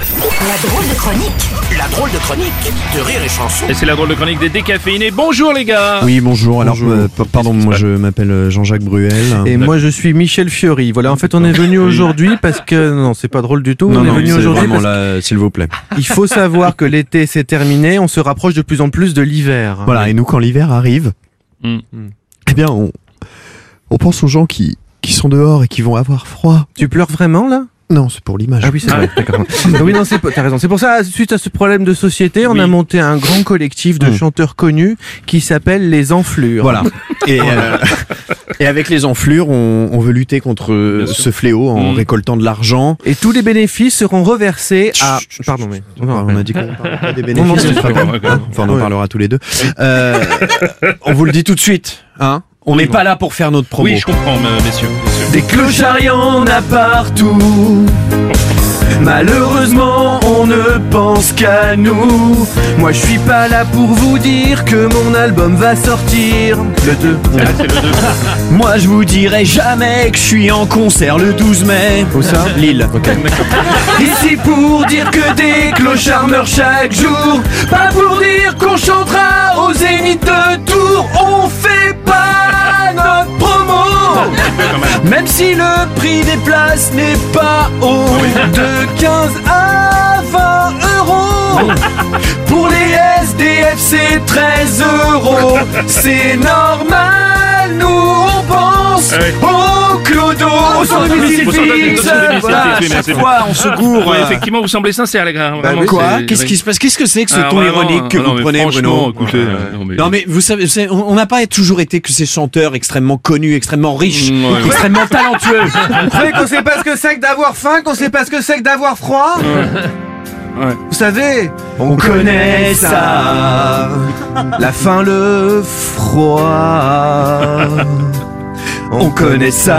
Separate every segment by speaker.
Speaker 1: La drôle de chronique
Speaker 2: La drôle de chronique de Rire et Chanson.
Speaker 3: Et c'est la drôle de chronique des décaféinés. Bonjour les gars
Speaker 4: Oui, bonjour. Alors,
Speaker 5: Bonjour.
Speaker 4: euh, p- pardon, moi je m'appelle euh, Jean-Jacques Bruel.
Speaker 5: Et moi je suis Michel Fiori. Voilà, en fait on est venu aujourd'hui parce que non, c'est pas drôle du tout.
Speaker 4: non,
Speaker 5: on
Speaker 4: non,
Speaker 5: est venu
Speaker 4: c'est
Speaker 5: aujourd'hui
Speaker 4: vraiment
Speaker 5: parce Ah,
Speaker 4: là, euh, s'il vous plaît.
Speaker 5: qu'il faut savoir que l'été c'est terminé, on se rapproche de plus en plus de l'hiver.
Speaker 4: Voilà, et nous, quand l'hiver arrive,
Speaker 3: Mm.
Speaker 4: eh bien, on, on pense aux gens qui, qui sont dehors et qui vont avoir froid.
Speaker 5: Tu pleures vraiment là
Speaker 4: Non, c'est pour l'image.
Speaker 5: Ah oui, c'est
Speaker 3: Ah
Speaker 5: vrai. d'accord. Ah oui, non, c'est pas- t'as raison. C'est pour ça, suite à ce problème de société, on
Speaker 3: Oui.
Speaker 5: a monté un grand collectif de
Speaker 4: Mm.
Speaker 5: chanteurs connus qui s'appelle les Enflures.
Speaker 4: Voilà. Et, euh, et avec les enflures, on, on veut lutter contre euh,
Speaker 3: Bien sûr.
Speaker 4: ce fléau en
Speaker 3: Mm.
Speaker 4: récoltant de l'argent.
Speaker 5: Et tous les bénéfices seront reversés à.
Speaker 4: Chut, chut, chut,
Speaker 5: Pardon, mais.
Speaker 4: on a dit qu'on parlait pas des
Speaker 5: Non,
Speaker 4: bénéfices.
Speaker 5: non, bien
Speaker 4: c'est
Speaker 5: sûr,
Speaker 4: pas grave.
Speaker 3: ouais, quand même.
Speaker 4: Enfin, on en
Speaker 5: Ouais.
Speaker 4: parlera tous les deux. Euh, on vous le dit tout de suite. Hein on n'est pas là pour faire notre promo.
Speaker 3: Oui, je comprends, me- messieurs. messieurs.
Speaker 5: Des clochards, y en a partout. Malheureusement, on ne pense qu'à nous. Moi, je suis pas là pour vous dire que mon album va sortir. Le 2.
Speaker 3: Ah, c'est le deux.
Speaker 4: Moi je vous dirai jamais que je suis en concert le 12 mai.
Speaker 5: Où ça
Speaker 4: Lille.
Speaker 5: Ici pour dire que des clochards meurent chaque jour. Pas pour dire qu'on chantera au zénith de Tours. On fait pas notre promo. Même si le prix des places n'est pas haut de 15 à 20 euros. Pour les SDF, c'est 13 euros. C'est normal, nous on pense
Speaker 3: Ah oui.
Speaker 5: au clodo, au centre
Speaker 3: centre
Speaker 5: musique
Speaker 3: au centre musique
Speaker 5: fixe.
Speaker 3: fixe,
Speaker 5: Voilà, à
Speaker 3: oui,
Speaker 5: chaque
Speaker 3: merci.
Speaker 5: fois, on se gourre.
Speaker 3: Ouais, effectivement, vous semblez sincère, les gars. Vraiment,
Speaker 4: Ah. Bah, Quoi
Speaker 3: c'est-
Speaker 4: Qu'est-ce qui se passe Qu'est-ce que c'est que ce
Speaker 3: Ah,
Speaker 4: ton
Speaker 3: vraiment,
Speaker 4: ironique que
Speaker 3: non,
Speaker 4: vous
Speaker 3: mais
Speaker 4: prenez,
Speaker 3: franchement,
Speaker 4: Bruno
Speaker 3: écoutez, euh, non, mais-
Speaker 4: Non mais vous savez, vous savez, on on n'a pas toujours été que ces chanteurs extrêmement connus, extrêmement riches,
Speaker 3: Mm, ouais, ouais.
Speaker 4: extrêmement talentueux.
Speaker 5: Vous savez qu'on sait pas ce que c'est que d'avoir faim, qu'on sait pas ce que c'est que d'avoir froid
Speaker 3: Ouais.
Speaker 5: Vous savez On connaît ça La faim, le froid On connaît ça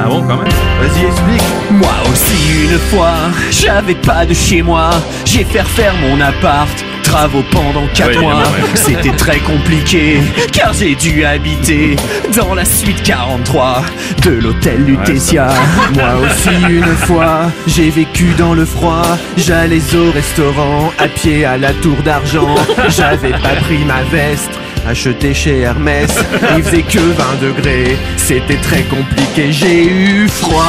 Speaker 3: Ah bon, quand même
Speaker 5: Vas-y, explique
Speaker 6: Moi aussi une fois, j'avais pas de chez moi, j'ai fait refaire mon appart. Travaux pendant
Speaker 3: Ah
Speaker 6: 4
Speaker 3: oui,
Speaker 6: mois,
Speaker 3: ah bah ouais.
Speaker 6: c'était très compliqué car j'ai dû habiter dans la suite 43 de l'hôtel Lutetia.
Speaker 5: Moi aussi une fois, j'ai vécu dans le froid. J'allais au restaurant, à pied à la tour d'argent. J'avais pas pris ma veste. achetée chez Hermès, il faisait que 20 degrés, c'était très compliqué, j'ai eu froid.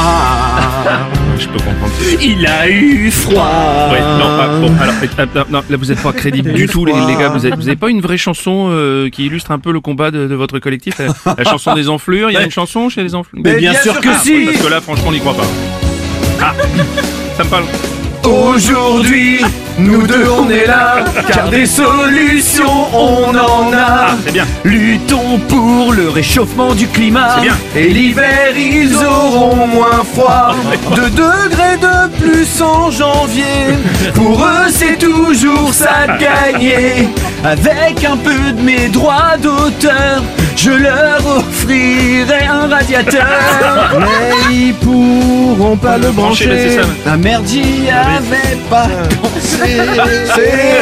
Speaker 3: Je peux comprendre.
Speaker 6: Il a eu froid.
Speaker 3: Ouais, non, ah, bon, alors, et- ah, non, non, là, vous êtes pas crédible du tout, les, les gars. Vous n'avez pas une vraie chanson euh, qui illustre un peu le combat de, de votre collectif la, la chanson des enflures, il y a une chanson chez les enflures
Speaker 5: Mais bien bien sûr sûr que que si. si.
Speaker 3: Parce que là, franchement, on n'y croit pas. Ah, ça me parle.
Speaker 5: Aujourd'hui, nous deux on est là, car des solutions on en a.
Speaker 3: Ah, c'est bien,
Speaker 6: Luttons pour le réchauffement du climat.
Speaker 3: c'est bien. Ah,
Speaker 5: Et l'hiver ils auront moins froid Deux degrés de plus en janvier Pour eux c'est toujours ça de gagner
Speaker 6: Avec un peu de mes droits d'auteur, je leur offrirai un radiateur.
Speaker 5: Mais ils pourront pas le
Speaker 3: Branché, là, c'est
Speaker 5: brancher
Speaker 3: ça.
Speaker 6: Ah merde, j'y avais pas pensé.
Speaker 5: C'est...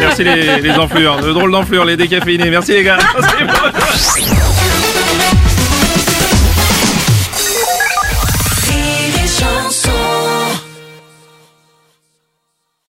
Speaker 3: Merci les, les enflures. Le drôle d'enflure, les décaféinés. Merci les gars. Merci.